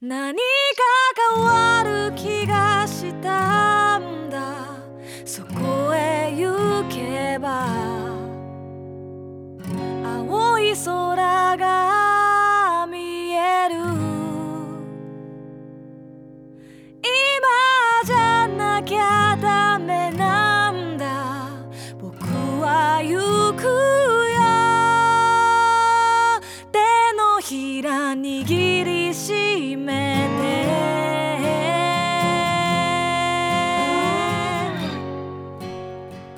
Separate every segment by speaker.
Speaker 1: 何か変わる気がしたんだそこへ行けば青い空が見える今じゃなきゃダメなんだ僕は行くよ手のひら握りしめて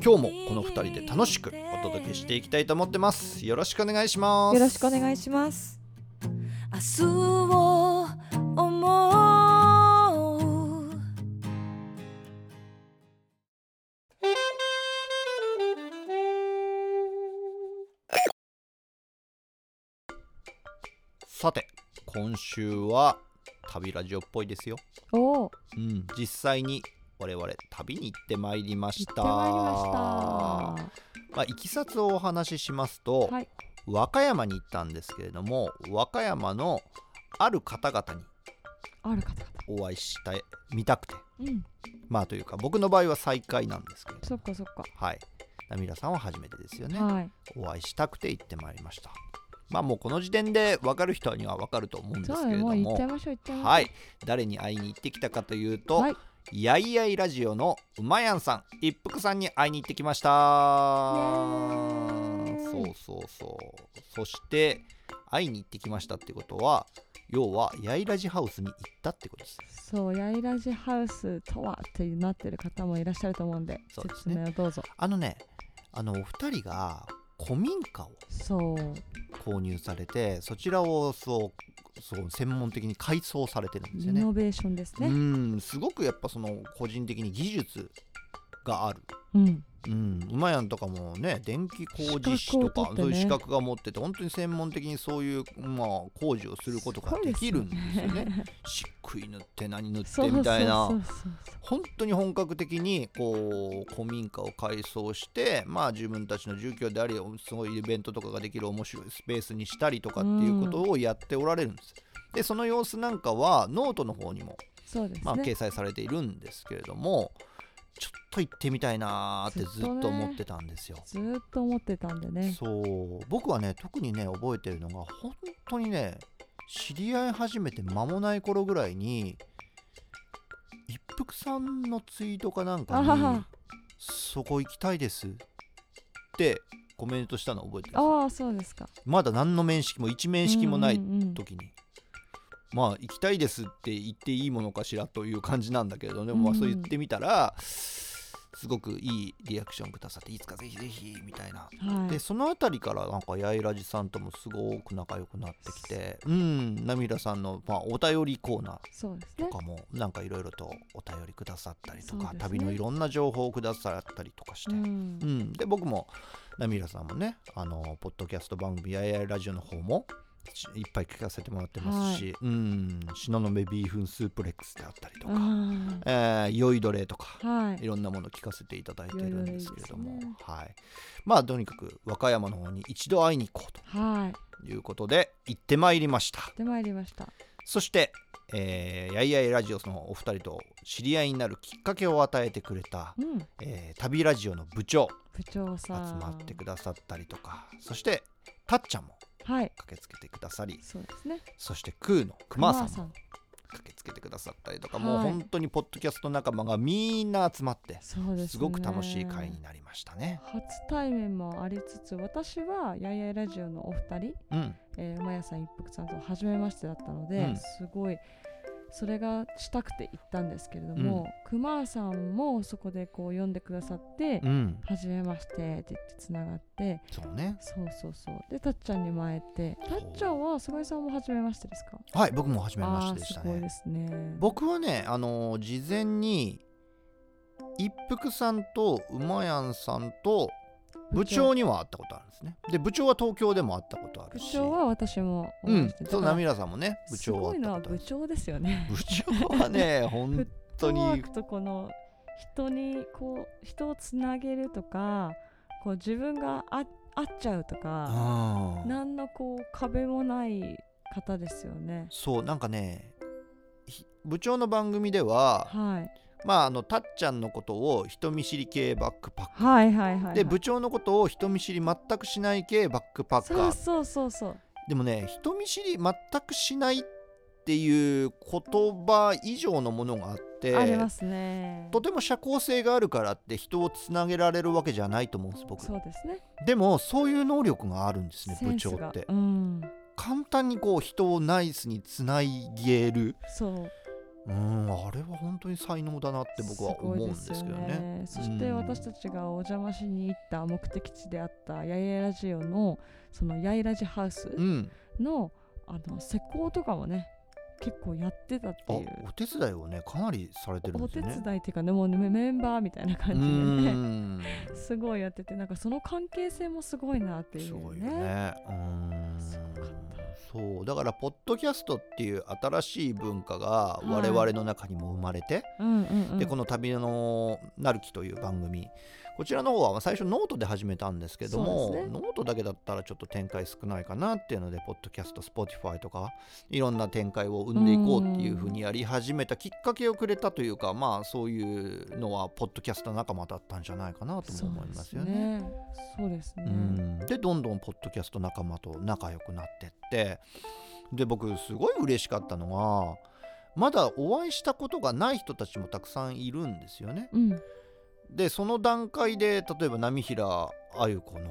Speaker 2: 今日もこの2人で楽しくお届けしていきたいと思ってますよろしくお願いします
Speaker 3: よろしくお願いします。
Speaker 1: 明日を思う
Speaker 2: さて今週は旅ラジオっぽいですよ
Speaker 3: おお、
Speaker 2: うん実際に我々旅に行ってまいりまし
Speaker 3: 行ったてまいりま
Speaker 2: まあ、いきさつをお話ししますと、
Speaker 3: はい
Speaker 2: 和歌山に行ったんですけれども和歌山のある方々に
Speaker 3: した。ある方。
Speaker 2: お会いしたい見たくて
Speaker 3: うん、
Speaker 2: まあというか僕の場合は再会なんですけれど
Speaker 3: そっかそっか。
Speaker 2: はいナミラさんは初めてですよね
Speaker 3: はい。
Speaker 2: お会いしたくて行ってまいりましたまあもうこの時点で分かる人には分かると思うんです
Speaker 3: そう
Speaker 2: けれど
Speaker 3: よ、もう行っちゃい
Speaker 2: も
Speaker 3: ましょう、行っちゃいましょう。
Speaker 2: はい誰に会いに行ってきたかというと、
Speaker 3: はい
Speaker 2: やいやいラジオのうまやんさん一服さんに会いに行ってきました
Speaker 3: イエーイ
Speaker 2: そうそうそうそして会いに行ってきましたってことは要はやいラジハウスに行ったってことです
Speaker 3: そう、やいらじハウスとはってなってる方もいらっしゃると思うんで、
Speaker 2: そうです
Speaker 3: 説
Speaker 2: ね
Speaker 3: 明をどうぞ。
Speaker 2: あのねあのお二人が古民家を
Speaker 3: そう、
Speaker 2: 購入されてそちらをそうそう専門的に改装されてるんです
Speaker 3: イ
Speaker 2: よね
Speaker 3: ノベーションです
Speaker 2: う
Speaker 3: ね。
Speaker 2: んすごくやっぱその個人的に技術がある
Speaker 3: うん、
Speaker 2: うん、うまやんとかもね電気工事士
Speaker 3: 資格
Speaker 2: と
Speaker 3: を
Speaker 2: か、
Speaker 3: 取
Speaker 2: そう
Speaker 3: ってね
Speaker 2: いう資格が持ってて本当に専門的にそういう、まあ、工事をすることができるんですよね。漆喰塗って何塗って
Speaker 3: そうそ
Speaker 2: み
Speaker 3: う
Speaker 2: たいな
Speaker 3: そうそうそう。
Speaker 2: 本当に本格的にこう古民家を改装して、まあ、自分たちの住居でありすごいイベントとかができる面白いスペースにしたりとかっていうことをやっておられるんです。でその様子なんかはノートの方にも
Speaker 3: そうですね。
Speaker 2: まあ、掲載されているんですけれどもちょっと行ってみたいなーってずっ
Speaker 3: ずっとね
Speaker 2: と思ってたんですよ。
Speaker 3: ずーっと思ってたんでね。
Speaker 2: そう僕はね特にね覚えてるのが本当にね知り合い始めて間もない頃ぐらいに一服さんのツイートかなんか
Speaker 3: あは
Speaker 2: に
Speaker 3: は
Speaker 2: 「そこ行きたいです」ってコメントしたの覚えてます
Speaker 3: ああ、そうですか。
Speaker 2: まだ何の面識も一面識もない
Speaker 3: うんうんうん
Speaker 2: 時に、まあ行きたいですって言っていいものかしらという感じなんだけれどね、まあ、そう言ってみたらすごくいいリアクションくださっていつかぜひぜひみたいな。
Speaker 3: はい。
Speaker 2: でその辺りからなんかやいらじさんともすごく仲良くなってきてうんなみらさんの、まあ、お便りコーナー
Speaker 3: そうですね
Speaker 2: と。かもなんかいろいろとお便りくださったりと
Speaker 3: そうで
Speaker 2: か、
Speaker 3: すね
Speaker 2: 旅のいろんな情報をくださったりとかして、
Speaker 3: うん
Speaker 2: う。ん、で僕もナミラさんもねあのポッドキャスト番組「やいやいラジオ」の方もしいっぱい聞かせてもらってますし、うん東雲ビーフンスープレックスであったりとか、
Speaker 3: あ
Speaker 2: えー酔いどれとか、
Speaker 3: あ、はい
Speaker 2: い、。ろんなもの聞かせていただいてるんですけれども
Speaker 3: 酔いどれいいで
Speaker 2: はい、まあとにかく和歌山の方に一度会いに行こう
Speaker 3: はい。
Speaker 2: ということで行ってまいりました
Speaker 3: で参りました。
Speaker 2: そして、えー、やいやいラジオのお二人と知り合いになるきっかけを与えてくれた、
Speaker 3: うん。
Speaker 2: えー旅ラジオの部長
Speaker 3: 部長さん
Speaker 2: 集まってくださったりとかそしてたっちゃんも
Speaker 3: はい
Speaker 2: 駆けつけてくださり
Speaker 3: そうですね
Speaker 2: そしてクーのクマさん
Speaker 3: 熊さ
Speaker 2: も
Speaker 3: ん
Speaker 2: 駆けつけてくださったりとか、
Speaker 3: はい
Speaker 2: もう本当にポッドキャスト仲間がみんな集まって
Speaker 3: そうです、ね、
Speaker 2: すごく楽しい会になりましたね。
Speaker 3: 初対面もありつつ私はやいやいラジオのお二人、
Speaker 2: うん、
Speaker 3: えー、馬屋さん一服さんと初めましてだったので、
Speaker 2: うん
Speaker 3: すごい
Speaker 1: それがしたくて行ったんですけれども、クマーさんもそこでこう読んでくださって
Speaker 2: う
Speaker 1: 「
Speaker 2: ん
Speaker 1: はじめまして」って言ってつながって
Speaker 2: そうね
Speaker 1: そうそうそうでたっちゃんにも会えてたっちゃんは菅井さんもはじめましてですか
Speaker 2: はい僕も初めま
Speaker 1: ああ
Speaker 2: して
Speaker 1: ー
Speaker 2: で
Speaker 1: す
Speaker 2: した
Speaker 1: ごいで
Speaker 2: ね
Speaker 1: すね
Speaker 2: 僕はねあのー事前に一服さんと馬やんさんと部長には会ったことあるんですねで部長は東京でも会ったことあ
Speaker 1: 部
Speaker 2: るし
Speaker 1: 長は私もお
Speaker 2: う
Speaker 1: 会い
Speaker 2: ん
Speaker 1: して、
Speaker 2: そ
Speaker 1: だ
Speaker 2: う
Speaker 1: から
Speaker 2: 波浦さんもね部
Speaker 1: す
Speaker 2: 長は
Speaker 1: ご
Speaker 2: 会
Speaker 1: い
Speaker 2: っ
Speaker 1: の
Speaker 2: た
Speaker 1: は
Speaker 2: ことあ
Speaker 1: 部
Speaker 2: る
Speaker 1: 長ですよね。
Speaker 2: 部長はね本当
Speaker 1: フットワ
Speaker 2: に
Speaker 1: ークと この人にこう人をつなげるとかこう自分があ合っちゃうとか
Speaker 2: あー
Speaker 1: 何のこう壁もない方ですよね。
Speaker 2: そうなんかねひ部長の番組では
Speaker 1: はい、
Speaker 2: まああのたっちゃんのことを人見知り系バックパッカー
Speaker 1: はいはいはいはい。
Speaker 2: で部長のことを人見知り全くしない系バックパッカ
Speaker 1: そう
Speaker 2: ー
Speaker 1: そうそうそう。
Speaker 2: でもね人見知り全くしないっていう言葉以上のものがあって
Speaker 1: ありますね。
Speaker 2: とても社交性があるからって人をつなげられるわけじゃないと思うんです僕
Speaker 1: そうですね。
Speaker 2: でもそういう能力があるんですね
Speaker 1: セ
Speaker 2: 部
Speaker 1: ンス
Speaker 2: 長
Speaker 1: が
Speaker 2: って
Speaker 1: うん、
Speaker 2: 簡単にこう人をナイスにつないげる
Speaker 1: そう。
Speaker 2: うんあれは本当に才能だなって僕は思うんですけど
Speaker 1: ごい
Speaker 2: ね
Speaker 1: よそして私たちがお邪魔しに行った目的地であったやいやいラジオのそのやいラジハウス
Speaker 2: うん
Speaker 1: のあの施工とかもね結構やってたっ
Speaker 2: あ
Speaker 1: てい
Speaker 2: お
Speaker 1: う
Speaker 2: 手伝いをねかなりされてるん
Speaker 1: お
Speaker 2: です
Speaker 1: 手
Speaker 2: よね
Speaker 1: 伝いっていうかねもうねメンバーみたいな感
Speaker 2: う
Speaker 1: じでね
Speaker 2: ん
Speaker 1: すごいやっててなんかその関係性もすごいなってい
Speaker 2: す
Speaker 1: う
Speaker 2: ごいよ
Speaker 1: ね
Speaker 2: ね。うーん
Speaker 1: すごかっ
Speaker 2: そうだからポッドキャストっていう新しい文化が
Speaker 1: はい
Speaker 2: 我々の中にも生まれて、
Speaker 1: うんうんうん
Speaker 2: でこの「旅のなるき」という番組こちらの方は最初ノートで始めたんですけど
Speaker 1: そう
Speaker 2: も、
Speaker 1: ですね
Speaker 2: ノートだけだったらちょっと展開少ないかなっていうのでポッドキャスト Spotify とかいろんな展開を生んでいこうっていうふうにやり始めたきっかけをくれたというかまあそういうのはポッドキャスト仲間だったんじゃないかなとも思いますよね。
Speaker 1: そうですねそうですね、
Speaker 2: うん、でどんどんポッドキャスト仲間と仲良くなってってで僕すごい嬉しかったのがまだお会いしたことがない人たちもたくさんいるんですよね。
Speaker 1: うん
Speaker 2: でその段階で例えば波平あゆ子の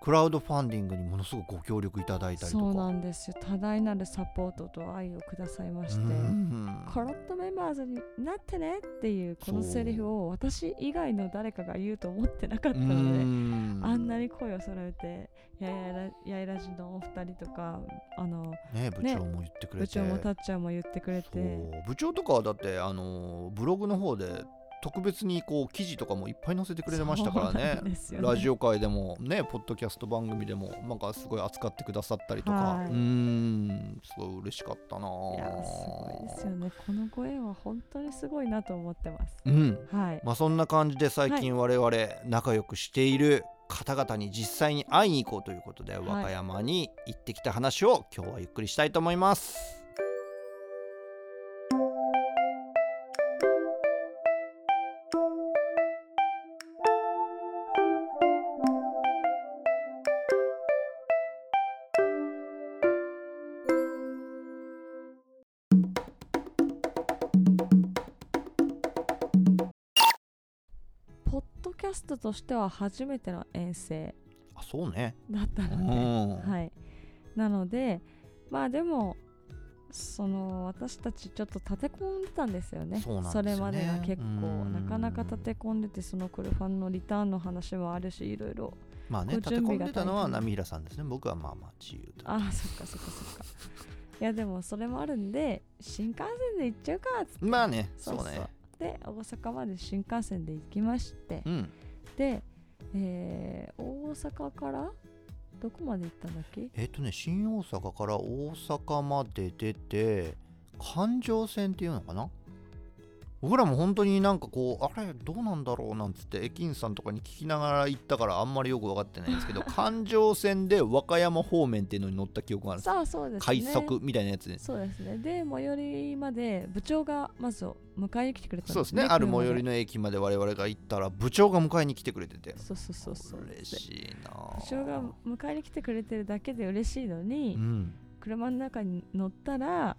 Speaker 2: クラウドファンディングにものすごくご協力いただいたりとか。
Speaker 1: そうなんですよ多大なるサポートと愛をくださいまして、
Speaker 2: うん
Speaker 1: コロッとメンバーズになってねっていうこのセリフを私以外の誰かが言うと思ってなかった
Speaker 2: う
Speaker 1: ので、
Speaker 2: ん
Speaker 1: あんなに声を揃えてややらやいらじのお二人とかあの
Speaker 2: ね部長も言ってくれ
Speaker 1: 部
Speaker 2: て、
Speaker 1: 長もたっちゃんも言ってくれ
Speaker 2: そう
Speaker 1: て
Speaker 2: 部長とかはだってあのブログの方で特別にこう記事とかもいっぱい載せてくれてましたから
Speaker 1: そう
Speaker 2: ね
Speaker 1: なんですよね
Speaker 2: ラジオ界でもねポッドキャスト番組でもなんかすごい扱ってくださったりとか、
Speaker 1: はいう
Speaker 2: ーんすごい嬉しかったない
Speaker 1: やーすごいですよねこのご縁は本当にすごいなと思ってます
Speaker 2: うん
Speaker 1: はい
Speaker 2: まあそんな感じで最近我々仲良くしている方々に実際に会いに行こうということで
Speaker 1: い
Speaker 2: 和歌山に行ってきた話を今日はゆっくりしたいと思います、
Speaker 1: ポッドキャストとしては初めての遠征
Speaker 2: あそうね
Speaker 1: だった
Speaker 2: う
Speaker 1: ので
Speaker 2: ん、
Speaker 1: はい、なのでまあでもその私たちちょっと立て込んでたんですよね
Speaker 2: そうなんです
Speaker 1: そ
Speaker 2: よね
Speaker 1: れまでが結
Speaker 2: う
Speaker 1: 構
Speaker 2: ん
Speaker 1: なかなか立て込んでてそのクルファンのリターンの話もあるしいろいろ
Speaker 2: まあね
Speaker 1: ご
Speaker 2: 立て
Speaker 1: 準
Speaker 2: 込
Speaker 1: 備
Speaker 2: ん
Speaker 1: が
Speaker 2: でたのは
Speaker 1: 大変
Speaker 2: 波平さんですね僕はまあまあ自由だ
Speaker 1: ああそっかそっかそっかいやでもそれもあるんで新幹線で行っちゃうかっつって
Speaker 2: まあね
Speaker 1: そ
Speaker 2: そうう
Speaker 1: そう
Speaker 2: ね
Speaker 1: で大阪まで新幹線で行きまして
Speaker 2: うん
Speaker 1: で、えー大阪からどこまで行ったんだっけ
Speaker 2: えっ、とね新大阪から大阪まで出て環状線っていうのかな僕らも本当になんかこうあれどうなんだろうなんつって駅員さんとかに聞きながら行ったからあんまりよく分かってないんです けど環状線で和歌山方面っていうのに乗った記憶があるんです
Speaker 1: さあそうですね
Speaker 2: 快速みたいなやつです
Speaker 1: そうですね。で、最寄りまで部長がまず迎えに来てくれたん
Speaker 2: そうですねある最寄り
Speaker 1: の。
Speaker 2: の駅まで我々が行ったら部長が迎えに来てくれてて
Speaker 1: そうそうそうそう。
Speaker 2: 嬉しいな
Speaker 1: で
Speaker 2: ぁ
Speaker 1: 部長が迎えに来てくれてるだけで嬉しいの
Speaker 2: う
Speaker 1: に、
Speaker 2: ん
Speaker 1: 車の中に乗ったら、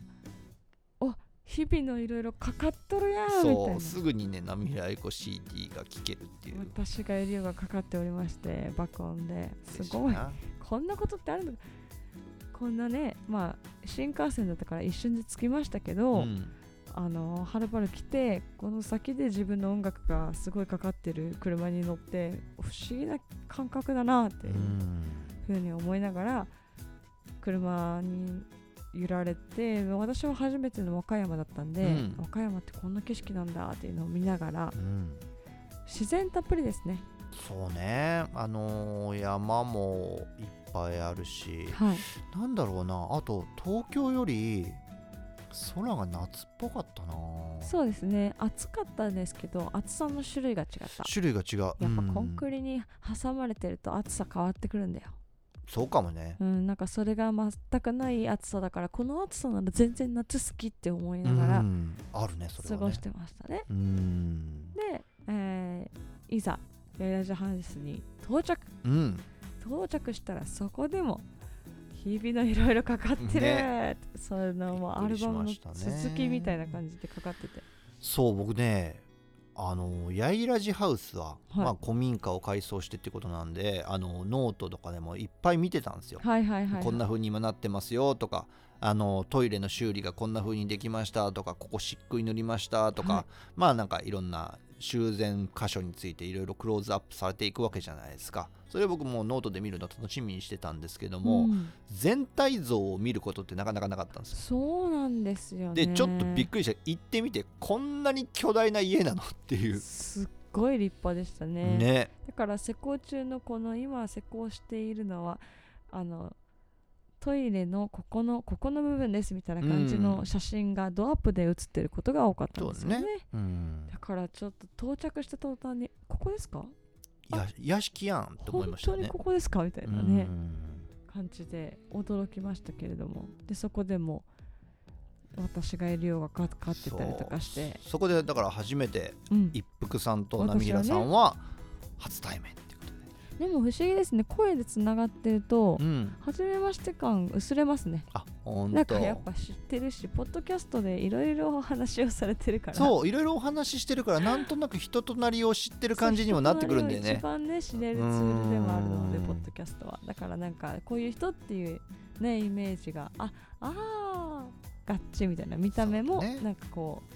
Speaker 1: お日々のいろいろかかっとるやんみたい
Speaker 2: そ
Speaker 1: な
Speaker 2: う。すぐにね波平愛子 CD が聴けるっていう
Speaker 1: 私がいるよがかかっておりまして爆音ですごい
Speaker 2: な
Speaker 1: こんなことってあるのか
Speaker 3: こんなねまあ新幹線だったから一瞬で着きましたけど、
Speaker 2: うん
Speaker 3: あのはるばる来てこの先で自分の音楽がすごいかかってる車に乗って不思議な感覚だなっていうふうに思いながら車に揺られて私は初めての和歌山だったんで、
Speaker 2: うん
Speaker 3: 和歌山ってこんな景色なんだっていうのを見ながら
Speaker 2: うん
Speaker 3: 自然たっぷりですね。
Speaker 2: そうねあのー山もいっぱいあるし
Speaker 3: はい、
Speaker 2: なんだろうなあと東京より空が夏っぽかったな
Speaker 3: そうですね暑かったんですけど暑さの種類が違った
Speaker 2: 種類が違う
Speaker 3: やっぱ
Speaker 2: うん
Speaker 3: コンクリに挟まれてると暑さ変わってくるんだよ。
Speaker 2: そうかもね
Speaker 3: うん、なんかそれが全くない暑さだからこの暑さなら全然夏好きって思いなが
Speaker 2: う
Speaker 3: ら
Speaker 2: んあるねそ
Speaker 3: 過
Speaker 2: れは
Speaker 3: ご
Speaker 2: ね
Speaker 3: してましたね。
Speaker 2: うん
Speaker 3: で、えーいざヤヤジハウスに到着
Speaker 2: うん
Speaker 3: 到着したらそこでも日々のいろいろかかってる、
Speaker 2: ね
Speaker 3: そのもうア
Speaker 2: びっくり
Speaker 3: ル
Speaker 2: し
Speaker 3: バム
Speaker 2: ま
Speaker 3: の
Speaker 2: したね
Speaker 3: 続きみたいな感じでかかってて
Speaker 2: そう僕ねあのやいらじハウスは、
Speaker 3: い
Speaker 2: まあ、古民家を改装してってことなんであのノートとかでもいっぱい見てたんですよ。
Speaker 3: はいはいはい、はい、
Speaker 2: こんな風に今なってますよとかあのトイレの修理がこんな風にできましたとかここ漆喰塗りましたとか、
Speaker 3: はい
Speaker 2: まあなんかいろんな修繕箇所についていろいろクローズアップされていくわけじゃないですかそれ僕もうノートで見るの楽しみにしてたんですけども、
Speaker 3: うん
Speaker 2: 全体像を見ることってなかなかなかったんですよ
Speaker 3: そうなんですよね
Speaker 2: でちょっとびっくりして行ってみてこんなに巨大な家なのっていう
Speaker 3: すっごい立派でしたね
Speaker 2: ね
Speaker 3: だから施工中のこの今施工しているのはあのトイレのここのここの部分ですみたいな感じ
Speaker 2: う
Speaker 3: の
Speaker 2: ん
Speaker 3: 写真がドアップで写ってることが多かったんですよね
Speaker 2: そううん
Speaker 3: だからちょっと到着した途端にここですか
Speaker 2: や屋敷やんって思いましたよ
Speaker 3: 本当に
Speaker 2: ね
Speaker 3: ここですかみたいな
Speaker 2: う
Speaker 3: ね
Speaker 2: ん
Speaker 3: 感じで驚きましたけれどもでそこでも私がいるようがかかってたりとかして
Speaker 2: そこでだから初めて
Speaker 3: うん
Speaker 2: 一服さんと波平さんは初対面ってことで、
Speaker 3: でも不思議ですね声でつながってると
Speaker 2: うん、
Speaker 3: 初めまして感薄れますね
Speaker 2: あ本
Speaker 3: なん
Speaker 2: 当
Speaker 3: かやっぱ知ってるしポッドキャストでいろいろお話をされてるからそう
Speaker 2: そういろいろお話ししてるからなんとなく人となりを知ってる感じにもなってくるんだよ
Speaker 3: 人
Speaker 2: ね
Speaker 3: となりを一番ね知れるツールでもあるので
Speaker 2: うん
Speaker 3: ポッドキャストはだからなんかこういう人っていうねイメージがああーガッチみたいな見た目も
Speaker 2: そうね
Speaker 3: なんかこう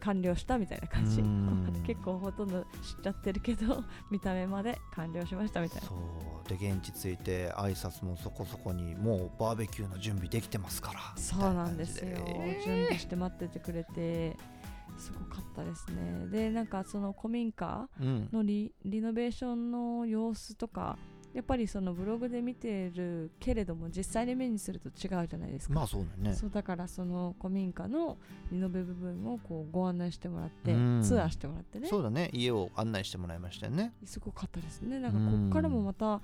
Speaker 3: 完了したみたいな感じ
Speaker 2: うん
Speaker 3: 結構ほとんど知っちゃってるけど 見た目まで完了しましたみたいな
Speaker 2: そうで現地着いて挨拶もそこそこにもうバーベキューの準備できてますから
Speaker 3: そうなんですよ
Speaker 2: みたいな感じで
Speaker 3: 準備して待っててくれてすごかったですねでなんかその古民家
Speaker 2: うん
Speaker 3: のリリノベーションの様子とかやっぱりそのブログで見てるけれども実際に目にすると違うじゃないですか、
Speaker 2: まあそうだよね
Speaker 3: そうだからその古民家のリノベ部分をこうご案内してもらって
Speaker 2: うん
Speaker 3: ツアーしてもらってね
Speaker 2: そうだね家を案内してもらいましたよね
Speaker 3: すごかったですねなんかこっからもまた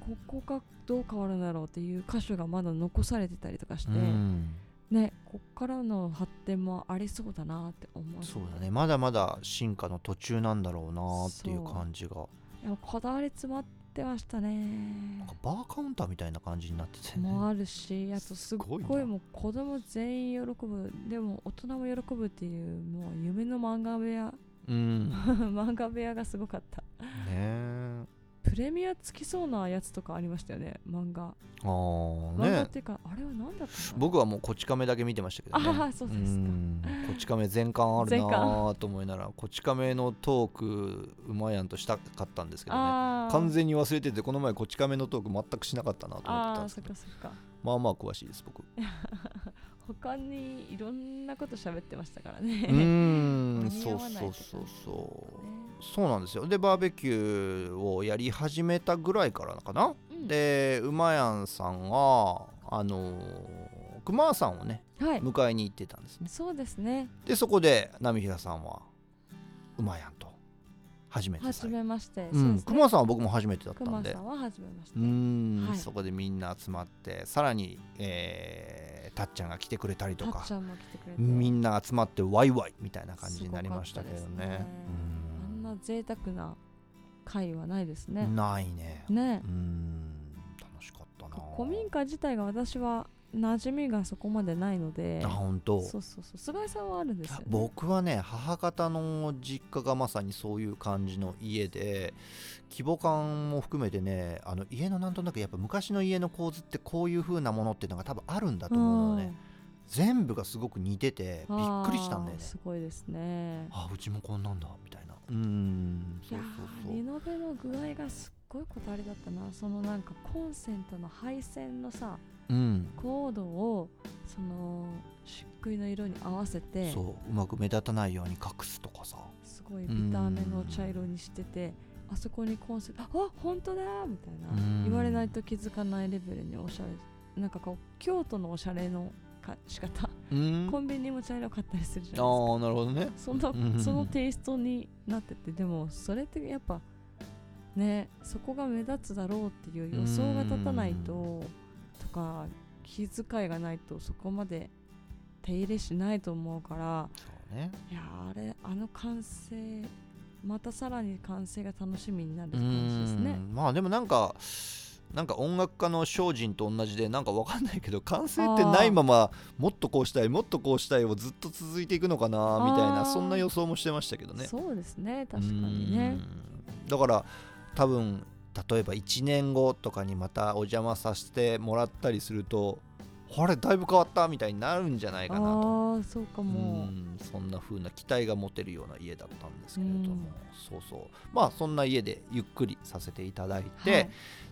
Speaker 3: ここがどう変わるんだろうっていう箇所がまだ残されてたりとかして、
Speaker 2: うん
Speaker 3: ねこっからの発展もありそうだなって思う
Speaker 2: そうだねまだまだ進化の途中なんだろうなっていう
Speaker 3: そう
Speaker 2: 感じが
Speaker 3: でもこだわり詰まってましたね
Speaker 2: なんかバーカウンターみたいな感じになっててね
Speaker 3: もあるしあとすっ
Speaker 2: す
Speaker 3: ご
Speaker 2: ごい
Speaker 3: い
Speaker 2: な
Speaker 3: もう子供全員喜ぶでも大人も喜ぶっていうもう夢の漫画部屋
Speaker 2: うん
Speaker 3: 漫画部屋がすごかった
Speaker 2: ねえ
Speaker 3: プレミアつきそうなやつとかありましたよね漫画
Speaker 2: あー
Speaker 3: 漫画
Speaker 2: ね
Speaker 3: っていうか、あれは何だったの
Speaker 2: 僕はもうこち亀だけ見てましたけど
Speaker 3: あ
Speaker 2: ね
Speaker 3: あそうですか
Speaker 2: んこち亀全巻ある
Speaker 3: 全
Speaker 2: なーと思いながらこち亀のトークうまいやんとしたかったんですけどね
Speaker 3: あー
Speaker 2: 完全に忘れててこの前こち亀のトーク全くしなかったなと思ってた
Speaker 3: あ
Speaker 2: ん
Speaker 3: ー
Speaker 2: です
Speaker 3: そっ
Speaker 2: けど
Speaker 3: かそっか
Speaker 2: まあまあ詳しいです 僕
Speaker 3: 他にいろんなこと喋ってましたから
Speaker 2: う
Speaker 3: ね
Speaker 2: ーん
Speaker 3: 間に合
Speaker 2: そう
Speaker 3: わない
Speaker 2: そう
Speaker 3: って
Speaker 2: そう
Speaker 3: 感
Speaker 2: そう
Speaker 3: ね
Speaker 2: そうなんですよでバーベキューをやり始めたぐらいからかな、
Speaker 3: うん
Speaker 2: でうまやんさんがあのー、くまさんをね
Speaker 3: はい
Speaker 2: 迎えに行ってたんですね
Speaker 3: そうですね
Speaker 2: でそこで波平さんはうまやんと初めて
Speaker 3: 初めまして
Speaker 2: う
Speaker 3: そうで
Speaker 2: ん
Speaker 3: す
Speaker 2: く
Speaker 3: ね
Speaker 2: まさんは僕も初めてだったん
Speaker 3: 熊
Speaker 2: で
Speaker 3: さんは初めまして
Speaker 2: うーん、
Speaker 3: はい
Speaker 2: そこでみんな集まってさらに、えーたっちゃんが来てくれたりと
Speaker 3: た
Speaker 2: か
Speaker 3: っちゃんも来てくれて
Speaker 2: みんな集まってワイワイみたいな感じになりましたけど
Speaker 3: すごかったです
Speaker 2: ね
Speaker 3: ねあんな贅沢な会はないです
Speaker 2: う
Speaker 3: ね
Speaker 2: ん。ないね
Speaker 3: ね
Speaker 2: う、ーん楽しかったな
Speaker 3: 古民家自体が私は馴染みがそこまでないので
Speaker 2: あ本当
Speaker 3: そうそうそう菅井さんはあるんですよ、ね、
Speaker 2: 僕はね母方の実家がまさにそういう感じの家で規模感も含めてねあの家のなんとなくやっぱ昔の家の構図ってこういう風なものっていうのが多分あるんだと思うのね全部がすごく似てて
Speaker 3: う
Speaker 2: び
Speaker 3: ん
Speaker 2: っくりしたんだよね
Speaker 3: あーすごいですね
Speaker 2: あうちもこんなんだみたいなうん
Speaker 3: い
Speaker 2: そう
Speaker 3: や
Speaker 2: そう
Speaker 3: ー
Speaker 2: そう
Speaker 3: リノベの具合がすっごいこだわりだったなそのなんかコンセントの配線のさ
Speaker 2: うん
Speaker 3: コードをその漆喰の色に合わせて
Speaker 2: そううまく目立たないように隠すとかさ
Speaker 3: すごいビターめの茶色にしててあそこにコンセントあ本当だみたいな
Speaker 2: うん
Speaker 3: 言われないと気づかないレベルにおしゃれなんかこう京都のおしゃれのか仕方
Speaker 2: うん
Speaker 3: コンビニも茶色買ったりするじゃ
Speaker 2: あ
Speaker 3: ない
Speaker 2: ーなるほどね
Speaker 3: ですかその
Speaker 2: うん
Speaker 3: そのテイストになっててでもそれってやっぱねそこが目立つだろうっていう予想が立たないととか気遣いがないとそこまで手入れしないと思うから
Speaker 2: そうね
Speaker 3: いやーあれあの完成またさらに完成が楽しみになるって感じです
Speaker 2: う
Speaker 3: ね。
Speaker 2: んまあでもなんかなんか音楽家の精進と同じでなんかわかんないけど完成ってないままもっとこうしたいもっとこうしたいをずっと続いていくのかなみたい
Speaker 3: あ
Speaker 2: な
Speaker 3: ー
Speaker 2: そんな予想もしてましたけどね
Speaker 3: そうですね確かに
Speaker 2: う
Speaker 3: ね。
Speaker 2: んだから多分例えば1年後とかにまたお邪魔させてもらったりするとあれだいぶ変わったみたいになるんじゃない
Speaker 3: あ
Speaker 2: かなと
Speaker 3: あーそうか
Speaker 2: う
Speaker 3: も。
Speaker 2: んそんな風な期待が持てるような家だったんですけれども、
Speaker 3: うん
Speaker 2: そうそうまあそんな家でゆっくりさせていただいて、
Speaker 3: はい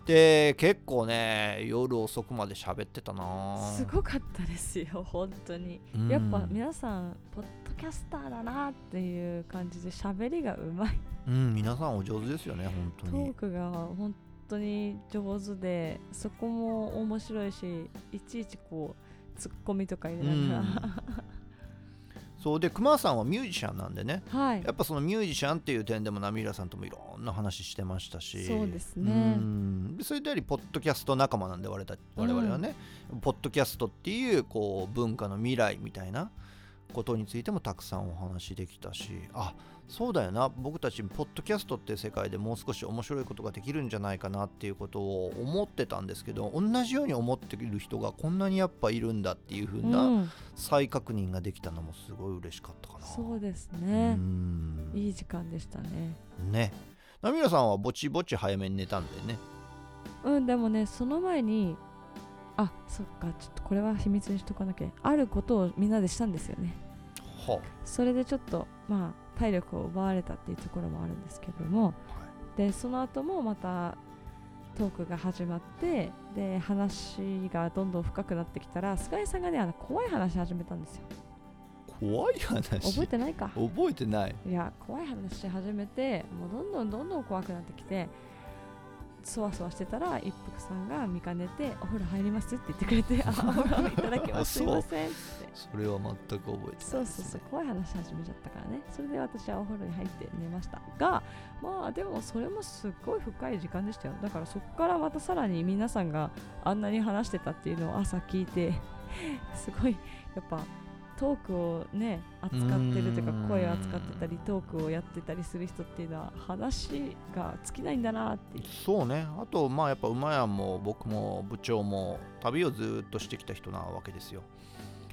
Speaker 2: で結構ね夜遅くまで喋ってたな
Speaker 3: すごかったですよ 本当に。
Speaker 2: うん
Speaker 3: やっぱ皆さんポッドキャスターだなっていう感じで喋りがうまい
Speaker 2: うん皆さんお上手ですよね本当
Speaker 3: ト
Speaker 2: に
Speaker 3: ークが本当に上手でそこも面白いしいちいちこうツッコミとか入れなが
Speaker 2: そうで熊さんはミュージシャンなんでね
Speaker 3: ら はい
Speaker 2: やっぱそのミュージシャンっていう点でもナミラさんともいろんな話してましたし
Speaker 3: そうですね
Speaker 2: うんでそれでありポッドキャスト仲間なんで我々我々はね、ポッドキャストっていうこう文化の未来みたいなことについてもたくさんお話できたしあそうだよな僕たちポッドキャストって世界でもう少し面白いことができるんじゃないかなっていうことを思ってたんですけど同じように思ってる人がこんなにやっぱいるんだっていう風
Speaker 3: う、
Speaker 2: なん再確認ができたのもすごい嬉しかったかな。
Speaker 3: そうです
Speaker 2: う
Speaker 3: ね、
Speaker 2: ん
Speaker 3: いい時間でしたね
Speaker 2: ねナミラさんはぼちぼち早めに寝たんだよね
Speaker 3: うんでもねその前にあそっかちょっとこれは秘密にしとかなきゃあることをみんなでしたんですよね
Speaker 2: は
Speaker 3: それでちょっとまあ体力を奪われたっていうところもあるんですけども、でその後もまたトークが始まってで話がどんどん深くなってきたら菅井さんがねあの怖い話始めたんですよ
Speaker 2: 怖い話
Speaker 3: 覚えてないか
Speaker 2: 覚えてない
Speaker 3: いや怖い話し始めてもうどんどんどんどん怖くなってきてそわそわしてたら一服さんが見かねて「お風呂入ります?」って言ってくれて「あお風呂いただきますす
Speaker 2: あ
Speaker 3: い
Speaker 2: そう
Speaker 3: ません」って
Speaker 2: それは全く覚えてないです
Speaker 3: そうそうそう怖い話始めちゃったからねそれで私はお風呂に入って寝ましたがまあでもそれもすっごい深い時間でしたよだからそこからまたさらに皆さんがあんなに話してたっていうのを朝聞いて すごいやっぱトークをね扱ってるというか
Speaker 2: うーん
Speaker 3: 声を扱ってたりトークをやってたりする人っていうのは話が尽きないんだなっていう
Speaker 2: そうねあとまあやっぱ馬やんも僕も部長も旅をずっとしてきた人なわけですよ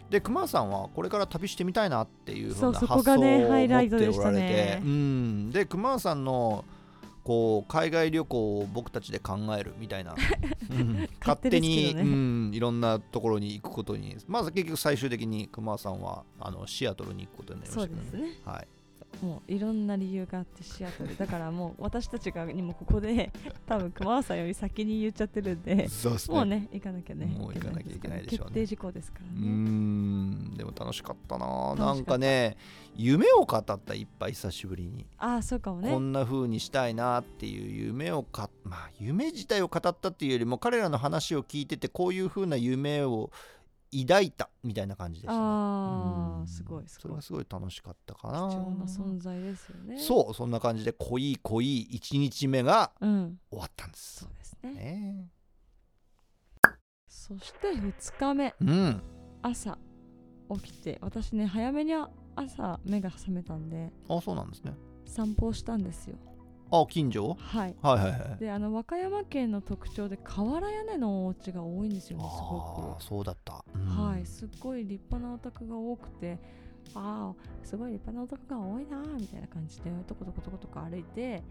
Speaker 2: で熊さんはこれから旅してみたいなっていうふうな
Speaker 3: そうそ
Speaker 2: 発想を
Speaker 3: こがね
Speaker 2: 持
Speaker 3: ハイライ
Speaker 2: っ
Speaker 3: ト
Speaker 2: て
Speaker 3: で
Speaker 2: お
Speaker 3: し
Speaker 2: ら
Speaker 3: た
Speaker 2: れ
Speaker 3: ね
Speaker 2: てうんで熊さんのこう海外旅行を僕たちで考えるみたい な、うん勝
Speaker 3: 勝手
Speaker 2: 手
Speaker 3: ですけどね
Speaker 2: に、うん、いろんなところに行くことにまず結局最終的に熊さんはあのシアトルに行くことになりまし
Speaker 3: そう
Speaker 2: たけ
Speaker 3: で
Speaker 2: ど
Speaker 3: すね
Speaker 2: はい、
Speaker 3: もういろんな理由があってシアトルだからもう私たちがにもここで多分熊川さんより先に言っちゃってるんで
Speaker 2: そうです
Speaker 3: もうね行かなきゃね
Speaker 2: もう行かなきゃいけないでしょうね
Speaker 3: 決定事項ですから
Speaker 2: うー
Speaker 3: ね
Speaker 2: んでも楽しかったな
Speaker 3: 楽しか
Speaker 2: な
Speaker 3: った
Speaker 2: んかね夢を語ったいっぱい久しぶりに、
Speaker 3: ああそうかも
Speaker 2: こ
Speaker 3: ね
Speaker 2: んな風にしたいなっていう夢をかまあ夢自体を語ったっていうよりも彼らの話を聞いててこういう風な夢を抱いたみたいな感じでした、ね、
Speaker 3: あ
Speaker 2: う
Speaker 3: あ
Speaker 2: ん
Speaker 3: すごいす
Speaker 2: それ
Speaker 3: ごい
Speaker 2: は
Speaker 3: 貴
Speaker 2: すごい楽しかったかな
Speaker 3: 重な存在ですよねう
Speaker 2: そうそんな感じで濃い濃い1日目が
Speaker 3: うん
Speaker 2: 終わったんです
Speaker 3: そうですね
Speaker 2: ね
Speaker 3: そして2日目
Speaker 2: うん
Speaker 3: 朝起きて私ね早めに朝目が覚めたんで
Speaker 2: あそうなんですね
Speaker 3: 散歩をしたんですよ
Speaker 2: あ近所
Speaker 3: はい
Speaker 2: はいはいはい
Speaker 3: であの和歌山県の特徴で瓦屋根のお家が多いんですよねすご
Speaker 2: ああそうだった、うん
Speaker 3: くはいすっごい立派なお宅が多くてああすごい立派なお宅が多いなーみたいな感じでとことことことこ歩いてで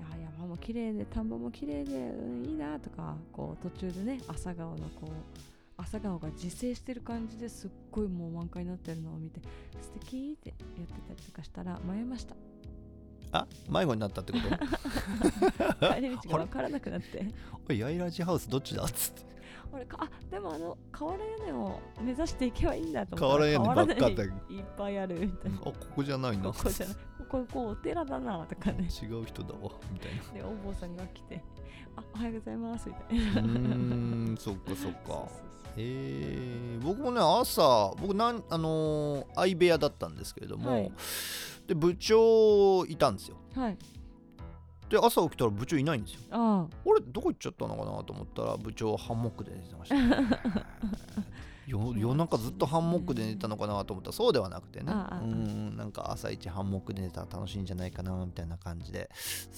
Speaker 3: あー山も綺麗で田んぼも綺麗で、うん、いいなーとかこう途中でね朝顔のこう朝顔が自生してる感じですっごいもう満開になってるのを見て素敵ってやってたりとかしたら迷いました
Speaker 2: あ迷子になったってこと
Speaker 3: 帰り道が分からなくなって
Speaker 2: おいヤイラジハウスどっちだっつ って
Speaker 3: 俺かあでもあの瓦屋根を目指していけばいいんだと思
Speaker 2: 瓦屋根ばっかだ
Speaker 3: 瓦屋根いっぱいあるみたい
Speaker 2: あここじゃない
Speaker 3: な
Speaker 2: な
Speaker 3: ここじゃないここここお寺だなとかね
Speaker 2: 違う人だわみたいな
Speaker 3: でお坊さんが来てあおはようございますみたいな
Speaker 2: うーんそっかそっ
Speaker 3: そう
Speaker 2: か
Speaker 3: そうそう
Speaker 2: えー僕もね朝僕なんあのー相部屋だったんですけれども、
Speaker 3: はい
Speaker 2: で部長いたんですよ
Speaker 3: はい
Speaker 2: で朝起きたら部長いないんですよ
Speaker 3: あ
Speaker 2: あれどこ行っちゃったのかなと思ったら部長ハンモックで寝てました ねよ夜中ずっとハンモックで寝てたのかなと思ったらそうではなくてね
Speaker 3: ああああ
Speaker 2: うんなんか朝一ハンモックで寝たら楽しいんじゃないかなみたいな感じで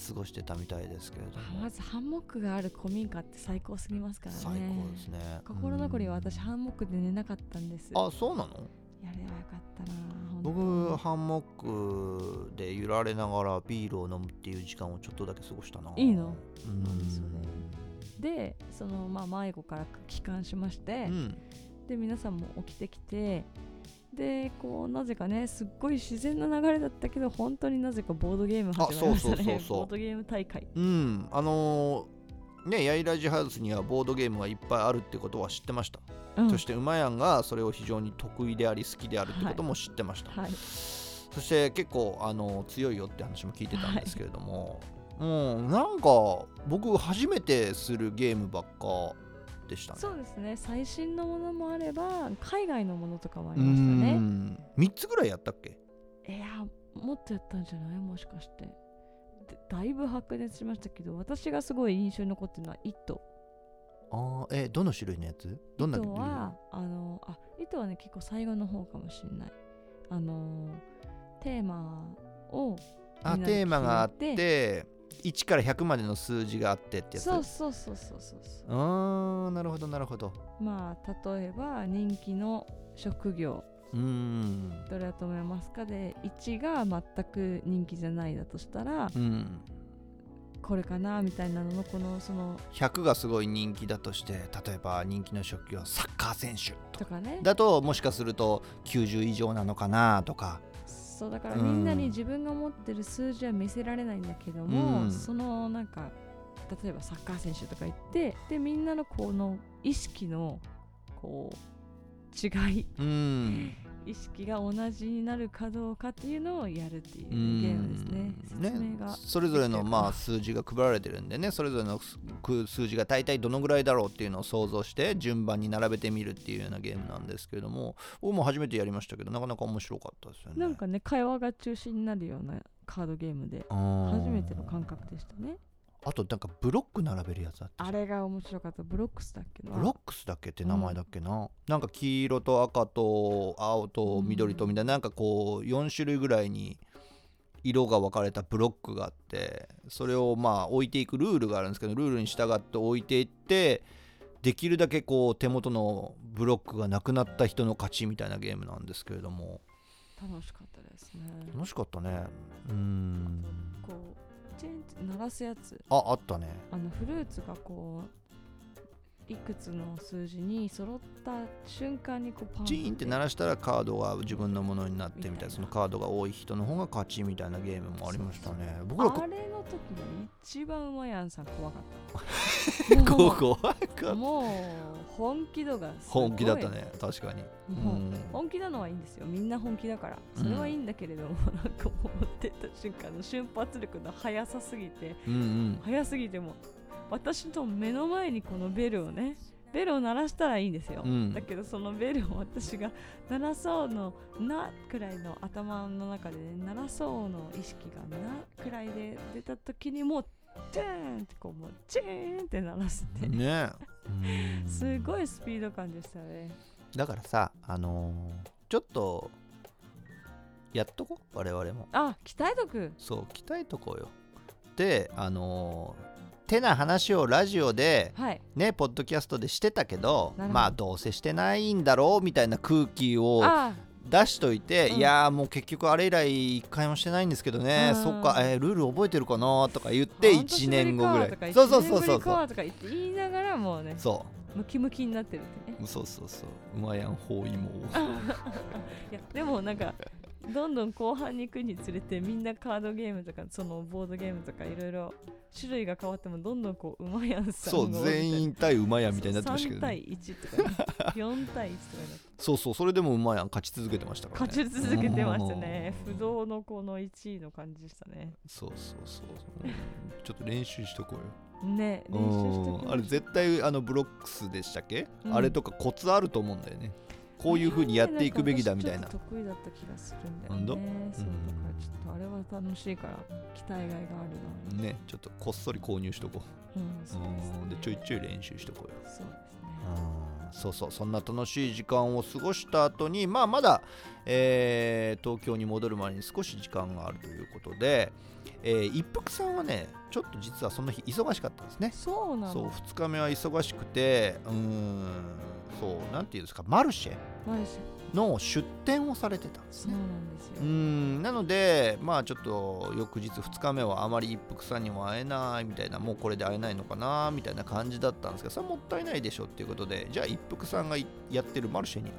Speaker 2: 過ごしてたみたいですけれど
Speaker 3: あ
Speaker 2: も
Speaker 3: まずハンモックがある古民家って最高すぎますからね
Speaker 2: 最高ですね
Speaker 3: 心残りは私
Speaker 2: うん
Speaker 3: ハンモックで寝なかったんです
Speaker 2: あそうなの
Speaker 3: やればよかったな本当
Speaker 2: 僕ハンモックで揺られながらビールを飲むっていう時間をちょっとだけ過ごしたない
Speaker 3: いいの
Speaker 2: うん
Speaker 3: そうねでそのまあ迷子から帰還しまして、
Speaker 2: うん
Speaker 3: で皆さんも起きてきてでこうなぜかねすっごい自然な流れだったけど本当になぜかボードゲーム始まりましたね
Speaker 2: あそうそうそうそう
Speaker 3: ボードゲーム大会
Speaker 2: うん、あのーね、ヤイラジハウスにはボードゲームがいっぱいあるってことは知ってました、
Speaker 3: うん
Speaker 2: そしてうまやんがそれを非常に得意であり好きであるってことも知ってました、
Speaker 3: はい
Speaker 2: そして結構、あのー強いよって話も聞いてたんですけれども、うんなんか僕初めてするゲームばっかでしたね
Speaker 3: そうですね最新のものもあれば海外のものとかもあ
Speaker 2: う
Speaker 3: りましたね
Speaker 2: ん3つぐらいやったっけ
Speaker 3: いやもっとやったんじゃないもしかしてでだいぶ白熱しましたけど私がすごい印象に残ってるのは「イット
Speaker 2: あーえどの種類のやつ」どんな
Speaker 3: 糸はあのあ「イットはね結構最後の方かもしれないあのテーマを
Speaker 2: あ
Speaker 3: みんなで
Speaker 2: テーマがあっ
Speaker 3: 決
Speaker 2: て1から100までの数字があってってやつ
Speaker 3: そうそうそうそうそうそう
Speaker 2: あーなるほどなるほど
Speaker 3: まあ例えば人気の職業
Speaker 2: うーん
Speaker 3: どれだと思いますかで1が全く人気じゃないだとしたら
Speaker 2: うん
Speaker 3: これかなみたいなののこのその
Speaker 2: 100がすごい人気だとして例えば人気の職業サッカー選手とか
Speaker 3: とかね
Speaker 2: だともしかすると90以上なのかなとか
Speaker 3: そうだから
Speaker 2: うん
Speaker 3: みんなに自分が持ってる数字は見せられないんだけども、
Speaker 2: うん
Speaker 3: そのなんか例えばサッカー選手とか言ってでみんなのこの意識のこう違い
Speaker 2: うん
Speaker 3: 意識が同じになるかどうかっていうのをやるっていう
Speaker 2: う
Speaker 3: ゲ
Speaker 2: ん
Speaker 3: ームですね。説明が、
Speaker 2: それぞれの
Speaker 3: できてるかな
Speaker 2: まあ数字が配られてるんでねそれぞれのすく数字が大体どのぐらいだろうっていうのを想像して順番に並べてみるっていうようなゲームなんですけれども僕も初めてやりましたけどなかなか面白かったですよね
Speaker 3: なんかね会話が中心になるようなカードゲームで初
Speaker 2: 初
Speaker 3: めての感覚でしたね。
Speaker 2: あとなんかブロック並べるやつあった
Speaker 3: あれが面白かったブロックスだっけな。
Speaker 2: ブロックスだっけって名前だっけな、なんか黄色と赤と青と緑とみたいな、なんかこう4種類ぐらいに色が分かれたブロックがあってそれをまあ置いていくルールがあるんですけどルールに従って置いていってできるだけこう手元のブロックがなくなった人の勝ちみたいなゲームなんですけれども
Speaker 3: 楽しかったですね。
Speaker 2: 楽しかったねうーん
Speaker 3: こうチェーンって鳴らすやつ
Speaker 2: ああったね
Speaker 3: あのフルーツがこういくつの数字に揃った瞬間にこうパン
Speaker 2: チーンって鳴
Speaker 3: ら
Speaker 2: らしたらカードが自分のものになってみたいなそのカードが多い人の方が勝ちみたいなゲームもありましたね僕らこ
Speaker 3: あれの時が一番うまいやんさん怖かった。
Speaker 2: 怖かった
Speaker 3: もう本気度がすごい
Speaker 2: 本気だったね確かに
Speaker 3: もう
Speaker 2: うん
Speaker 3: 本気なのはいいんですよみんな本気だからそれはいいんだけれども、 なんかもう持ってった瞬間の瞬発力の速さすぎて
Speaker 2: うんうん
Speaker 3: 速すぎても私の目の前にこのベルをねベルを鳴らしたらいいんですよ、
Speaker 2: うん
Speaker 3: だけどそのベルを私が鳴らそうのなくらいの頭の中で、ね、鳴らそうの意識がなくらいで出た時にもうチューンってこうもうチューンって鳴らし て、
Speaker 2: ねえ
Speaker 3: すご
Speaker 2: い
Speaker 3: いスピード感でしたね
Speaker 2: だからさあのーちょっとやっとこ我々も
Speaker 3: あ鍛えとく
Speaker 2: そう鍛えとこうよっってあのーてな話をラジオで
Speaker 3: はい
Speaker 2: ねポッドキャストでしてたけど
Speaker 3: なるほど
Speaker 2: まあどうせしてないんだろうみたいな空気を
Speaker 3: あ
Speaker 2: 出しといて、
Speaker 3: うん
Speaker 2: いやーもう結局あれ以来一回もしてないんですけどね、
Speaker 3: うん
Speaker 2: そっか、えールール覚えてるかなとか言って
Speaker 3: 半年
Speaker 2: 1年後ぐら
Speaker 3: ぶりかとか
Speaker 2: いそうそうそうそ
Speaker 3: 一
Speaker 2: う
Speaker 3: 年ぶり
Speaker 2: そう
Speaker 3: かとか言って言いながらもうね
Speaker 2: そ
Speaker 3: ムキムキになってるってね
Speaker 2: うそうそうそううまやん包囲網
Speaker 3: いやでもなんかどんどん後半に行くにつれてみんなカードゲームとかそのボードゲームとかいろいろ種類が変わってもどんどんこう馬やんさん
Speaker 2: そう全員対うまやんみたいになってましたけ
Speaker 3: 3
Speaker 2: ど、ね、
Speaker 3: 対1と か、ね、4対1とかになって
Speaker 2: そうそうそれでもうまやん勝ち続けてましたからね
Speaker 3: 勝ち続けてましたね不動のこの1位の感じでしたね
Speaker 2: そうそうそうそううんちょっと練習しとこうよ
Speaker 3: ね練習して
Speaker 2: うんあれ絶対あのブロックスでしたっけ、
Speaker 3: うん
Speaker 2: あれとかコツあると思うんだよねこういう風にやっていくべきだみたいな
Speaker 3: ちょっと得意だった気がするんだ
Speaker 2: ほ
Speaker 3: よ
Speaker 2: ん
Speaker 3: ね
Speaker 2: と
Speaker 3: そう
Speaker 2: うん
Speaker 3: だからちょっとあれは楽しいから期待外があるな
Speaker 2: ねちょっとこっそり購入しとこ
Speaker 3: うん
Speaker 2: う
Speaker 3: そうです
Speaker 2: うんで
Speaker 3: ね
Speaker 2: ちょいちょい練習しとこうよ
Speaker 3: そうですね
Speaker 2: うんそうそうそんな楽しい時間を過ごした後にまあまだ、えー東京に戻る前に少し時間があるということで、えー一服さんはねちょっと実はその日忙しかったんですね
Speaker 3: そうな
Speaker 2: そう
Speaker 3: の
Speaker 2: 2日目は忙しくてうーんそうなんていうんですかマルシェ
Speaker 3: マジ
Speaker 2: の出店をされてたんです
Speaker 3: そう
Speaker 2: ね
Speaker 3: なんです
Speaker 2: うー
Speaker 3: よ
Speaker 2: んなのでまあちょっと翌日2日目はあまり一服さんにも会えないみたいなもうこれで会えないのかなみたいな感じだったんですけどそれはもったいないでしょっていうことでじゃあ一服さんがいやってるマルシェに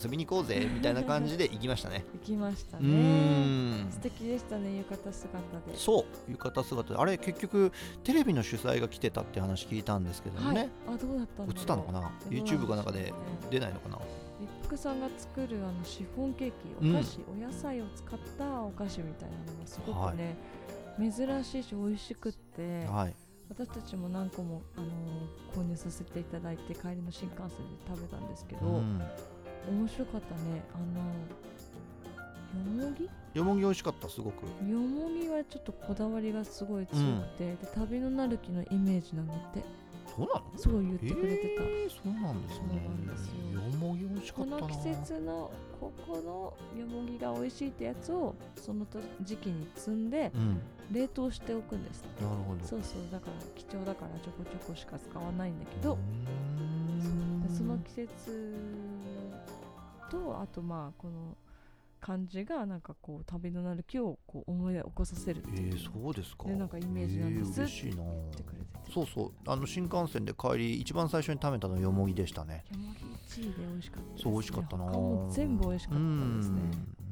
Speaker 2: 遊びに行こうぜみたいな感じで行きましたね
Speaker 3: 行きました
Speaker 2: うー
Speaker 3: ね
Speaker 2: ん
Speaker 3: 素敵でしたね浴衣姿で
Speaker 2: そう浴衣姿であれ結局テレビの主催が来てたって話聞いたんですけども
Speaker 3: は
Speaker 2: ね、
Speaker 3: いあどうだったんだろう
Speaker 2: 映ったのかな YouTube かなんかで出ないのかな
Speaker 3: 一服さんが作るあのシフォンケーキ
Speaker 2: うん
Speaker 3: お菓子、お野菜を使ったお菓子みたいなのがすごくね、珍しいし美味しくって
Speaker 2: はい
Speaker 3: 私たちも何個も、あのー購入させていただいて帰りの新幹線で食べたんですけど、
Speaker 2: うん
Speaker 3: 面白かったねあのよもぎ
Speaker 2: よもぎ美味しかったすごく
Speaker 3: よもぎはちょっとこだわりがすごい強くて、で旅のなる木のイメージなんだって
Speaker 2: そうなの
Speaker 3: そう言ってくれてた、
Speaker 2: えーそうなんですね
Speaker 3: そうなんですよ
Speaker 2: よもぎ美味しか
Speaker 3: こ
Speaker 2: ったな
Speaker 3: の季節のここのよもぎが美味しいってやつをそのと時期に摘んで
Speaker 2: うんなる
Speaker 3: 冷凍しておくんです
Speaker 2: ほど
Speaker 3: そうそうだから貴重だからちょこちょこしか使わないんだけど、でその季節とあとまあこの感じがなんかこう旅のなる木をこう思い起こさせるって
Speaker 2: え
Speaker 3: いう
Speaker 2: ー、そうですか
Speaker 3: でなんかイメージなんです
Speaker 2: えー、嬉しいな
Speaker 3: 言ってくれてて
Speaker 2: そうそうあの新幹線で帰り一番最初に食べたのよもぎでしたね
Speaker 3: よもぎ1位で美味しかったです、ね、
Speaker 2: そう美味しかったな
Speaker 3: 他も全部美味しかったですね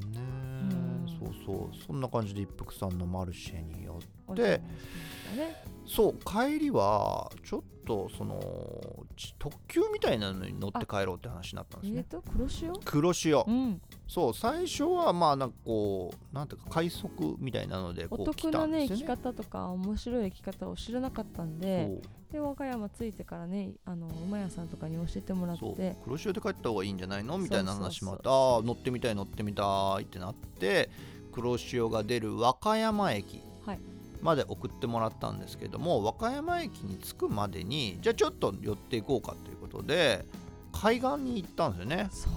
Speaker 2: うんねえ
Speaker 3: う
Speaker 2: そうそうそんな感じで一服さんのマルシェに寄って
Speaker 3: お
Speaker 2: で
Speaker 3: 邪魔しましたね
Speaker 2: そう帰りはちょっとそのち特急みたいなのに乗って帰ろうって話になったんです
Speaker 3: えっ、
Speaker 2: ね
Speaker 3: と黒潮
Speaker 2: 黒潮
Speaker 3: うん
Speaker 2: そう最初はまあなんかこうなんていうか快速みたいなのでこ
Speaker 3: お
Speaker 2: う来
Speaker 3: 得
Speaker 2: た
Speaker 3: なんね
Speaker 2: で
Speaker 3: 行
Speaker 2: す
Speaker 3: き
Speaker 2: よね
Speaker 3: 方とか面白い行き方を知らなかったんでで和歌山着いてからねあの馬屋さんとかに教えてもらっ
Speaker 2: そう
Speaker 3: て
Speaker 2: そう黒潮で帰った方がいいんじゃないのみたいな話もあって
Speaker 3: そ
Speaker 2: ああ乗ってみたい乗ってみたいってなって黒潮が出る和歌山駅
Speaker 3: はい
Speaker 2: まで送ってもらったんですけども和歌山駅に着くまでにじゃあちょっと寄っていこうかということで海岸に行ったんですよね
Speaker 3: そう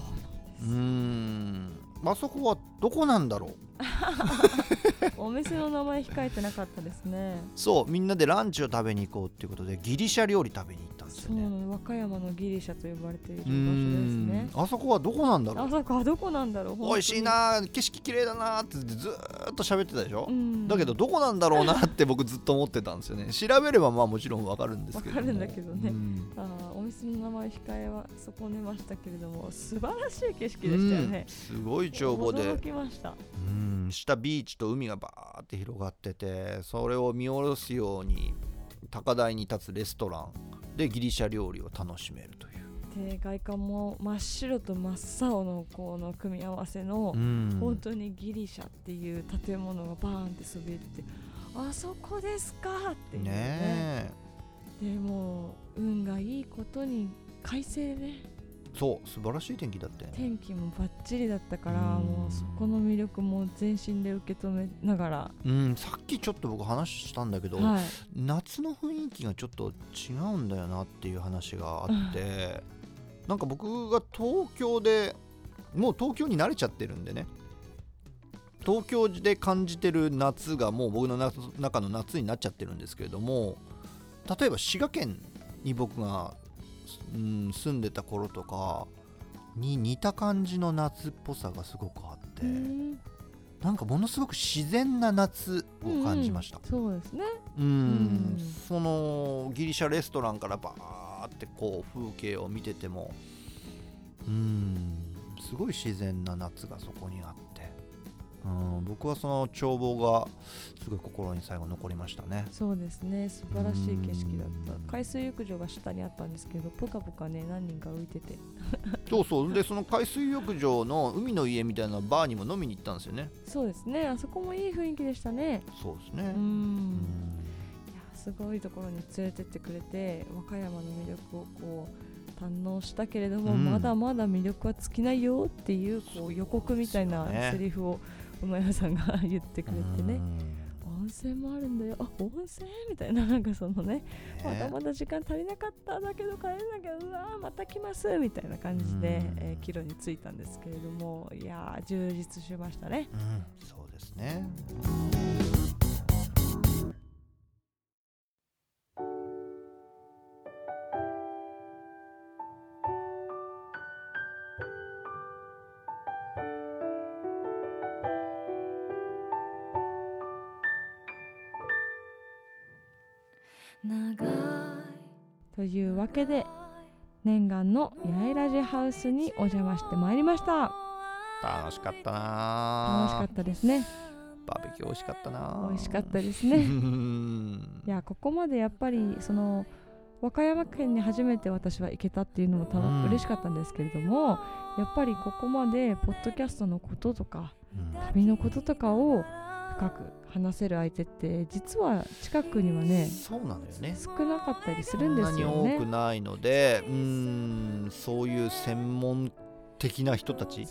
Speaker 2: うーんあそこはどこなんだろう
Speaker 3: お店の名前控えてなかったですね
Speaker 2: そうみんなでランチを食べに行こうっていうことでギリシャ料理食べに行ったんです
Speaker 3: そ
Speaker 2: よ
Speaker 3: う
Speaker 2: ね
Speaker 3: 和歌山のギリシャと呼ばれている場
Speaker 2: うー
Speaker 3: 所ですね
Speaker 2: んあそこはどこなんだろ
Speaker 3: あ
Speaker 2: う
Speaker 3: そこはどこなんだろう
Speaker 2: 美味しいなあ景色綺麗だなあってずーっと喋ってたでしょ、
Speaker 3: うん
Speaker 2: だけどどこなんだろうなって僕ずっと思ってたんですよね調べればまあもちろんわかるんですけども
Speaker 3: わかるんだけどね
Speaker 2: うん
Speaker 3: あーお店の名前控えは損ねましたけれども素晴らしい景色でしたよ
Speaker 2: う
Speaker 3: ね
Speaker 2: ん、すごい眺望で
Speaker 3: 驚きました
Speaker 2: うん下ビーチと海がバーって広がっててそれを見下ろすように高台に立つレストランでギリシャ料理を楽しめるという
Speaker 3: で外観も真っ白と真っ青のこの組み合わせの、
Speaker 2: うん
Speaker 3: 本当にギリシャっていう建物がバーンってそびえててあそこですかっていうね
Speaker 2: ねえ
Speaker 3: でも運がいいことに快晴でね
Speaker 2: そう素晴らしい天気だったよね
Speaker 3: 天気もバッチリだったから
Speaker 2: うん
Speaker 3: もうそこの魅力も全身で受け止めながら、
Speaker 2: うんさっきちょっと僕話したんだけど、
Speaker 3: はい、
Speaker 2: 夏の雰囲気がちょっと違うんだよなっていう話があって、なんか僕が東京でもう東京に慣れちゃってるんでね東京で感じてる夏がもう僕のな中の夏になっちゃってるんですけれども例えば滋賀県に僕が、うん、住んでた頃とかに似た感じの夏っぽさがすごくあって、
Speaker 3: うん
Speaker 2: なんかものすごく自然な夏を感じました。
Speaker 3: そうですね
Speaker 2: うん
Speaker 3: うん
Speaker 2: そのギリシャレストランからバーってこう風景を見ててもうんすごい自然な夏がそこにあってうん僕はその眺望がすごい心に最後残りましたね
Speaker 3: そうですね素晴らしい景色だっ
Speaker 2: うん
Speaker 3: た海水浴場が下にあったんですけどポカポカね何人か浮いてて
Speaker 2: そうそうでその海水浴場の海の家みたいなバーにも飲みに行ったんですよね
Speaker 3: そうですねあそこもいい雰囲気でしたね
Speaker 2: そうです
Speaker 3: う
Speaker 2: ねうんん
Speaker 3: いやすごいところに連れてってくれて和歌山の魅力をこう堪能したけれども、
Speaker 2: うん
Speaker 3: まだまだ魅力は尽きないよっていうこう予告みたい
Speaker 2: そうですよね
Speaker 3: なセリフを馬山さんが言ってくれて
Speaker 2: う
Speaker 3: ね。
Speaker 2: ん
Speaker 3: 温泉もあるんだよあ温泉みたいななんかそのねまだ
Speaker 2: ね
Speaker 3: まだ時間足りなかっただけど帰れなきゃうわーまた来ますみたいな感じで
Speaker 2: うん、
Speaker 3: えー帰路に着いたんですけれどもいやー充実しましたね
Speaker 2: うん、そうですね。
Speaker 1: 長
Speaker 3: というわけ
Speaker 1: い
Speaker 3: で念願の八重ラジハウスにお邪魔してまいりました
Speaker 2: 楽しかった
Speaker 3: 楽
Speaker 2: な
Speaker 3: しか
Speaker 2: あ
Speaker 3: ったですね
Speaker 2: バーベキュー美味しかったなあ
Speaker 3: 美味しかったです
Speaker 2: う
Speaker 3: ね
Speaker 2: ん
Speaker 3: いやここまでやっぱりその和歌山県に初めて私は行けたっていうのもた、
Speaker 2: うん
Speaker 3: 嬉しかったんですけれどもやっぱりここまでポッドキャストのこととか
Speaker 2: うん
Speaker 3: 旅のこととかを深く話せる相手って実は近くにはね
Speaker 2: そうなのよね。
Speaker 3: 少なかったりす
Speaker 2: そ
Speaker 3: るん
Speaker 2: ん
Speaker 3: で
Speaker 2: な
Speaker 3: す
Speaker 2: に
Speaker 3: よ
Speaker 2: 多く
Speaker 3: ね。
Speaker 2: ないので、うーん、そういう専門的な人たち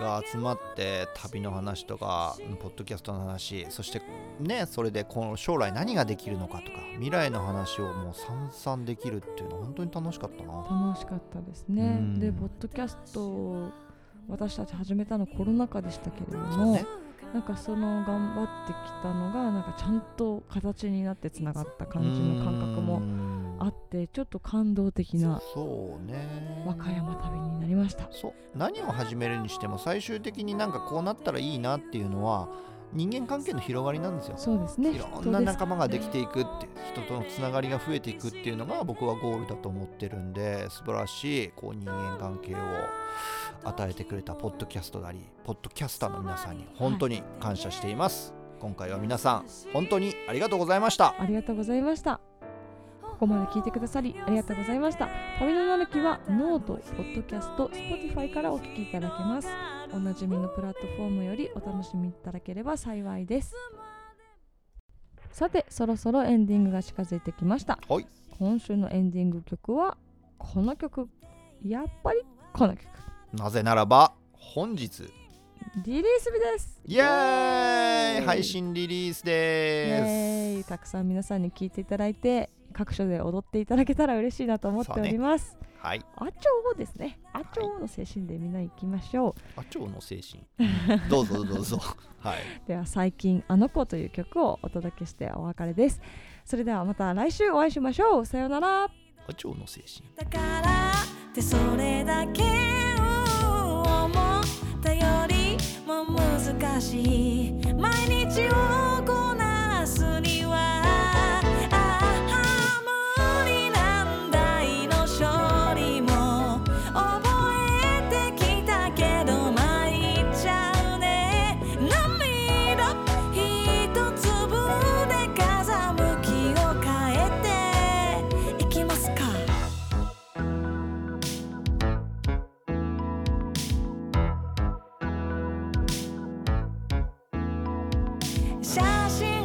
Speaker 2: が集まって旅の話とか、うんポッドキャストの話、そしてね、それでこの将来何ができるのかとか、未来の話をもう散々できるっていうのは本当に楽しかったな。
Speaker 3: 楽しかったです
Speaker 2: う
Speaker 3: ね。
Speaker 2: ん
Speaker 3: でポッドキャストを私たち始めたのコロナ禍でしたけれど
Speaker 2: そう
Speaker 3: も、
Speaker 2: ね。
Speaker 3: なんかその頑張ってきたのがなんかちゃんと形になってつながった感じの感覚も
Speaker 2: も
Speaker 3: あってちょっと感動的な
Speaker 2: そうね。
Speaker 3: 和歌山旅になりました
Speaker 2: そう何を始めるにしても最終的になんかこうなったらいいなっていうのは人間関係の広がりなんですよ。
Speaker 3: そうですね
Speaker 2: いろん
Speaker 3: 人
Speaker 2: な
Speaker 3: です
Speaker 2: 仲間ができていくって人とのつながりが増えていくっていうのが僕はゴールだと思ってるんで素晴らしいこう人間関係を与えてくれたポッドキャストなりポッドキャスターの皆さんに本当に感謝しています、今回は皆さん本当にありがとうございました
Speaker 3: ありがとうございましたここまで聞いてくださりありがとうございました旅のなるきはノート、ポッドキャスト、Spotify からお聞きいただけますおなじみのプラットフォームよりお楽しみいただければ幸いですさてそろそろエンディングが近づいてきました、
Speaker 2: はい
Speaker 3: 今週のエンディング曲はこの曲やっぱりこの曲
Speaker 2: なぜならば本日
Speaker 3: リリース日です
Speaker 2: イエー
Speaker 3: イエ
Speaker 2: イ
Speaker 3: ーイ
Speaker 2: 配信リリース
Speaker 3: イ
Speaker 2: で
Speaker 3: エーイ
Speaker 2: す
Speaker 3: たくさん皆さんに聞いていただいて各所で踊っていただけたら嬉しいなと思っております、
Speaker 2: はい
Speaker 3: アチョーですねアチョーの精神でみんな行きましょ
Speaker 2: あ蝶の精神どうぞどうぞはい、
Speaker 3: うでは最近あの子という曲をお届けしてお別れですそれではまた来週お会いしましょうさようなら
Speaker 2: あ蝶の精神
Speaker 1: だからってそれだけを思ったよりも難しい毎日をこなすにはああ無理なんだいの勝利も覚えてきたけど参っちゃうね涙一粒で風向きを変えていきますか写真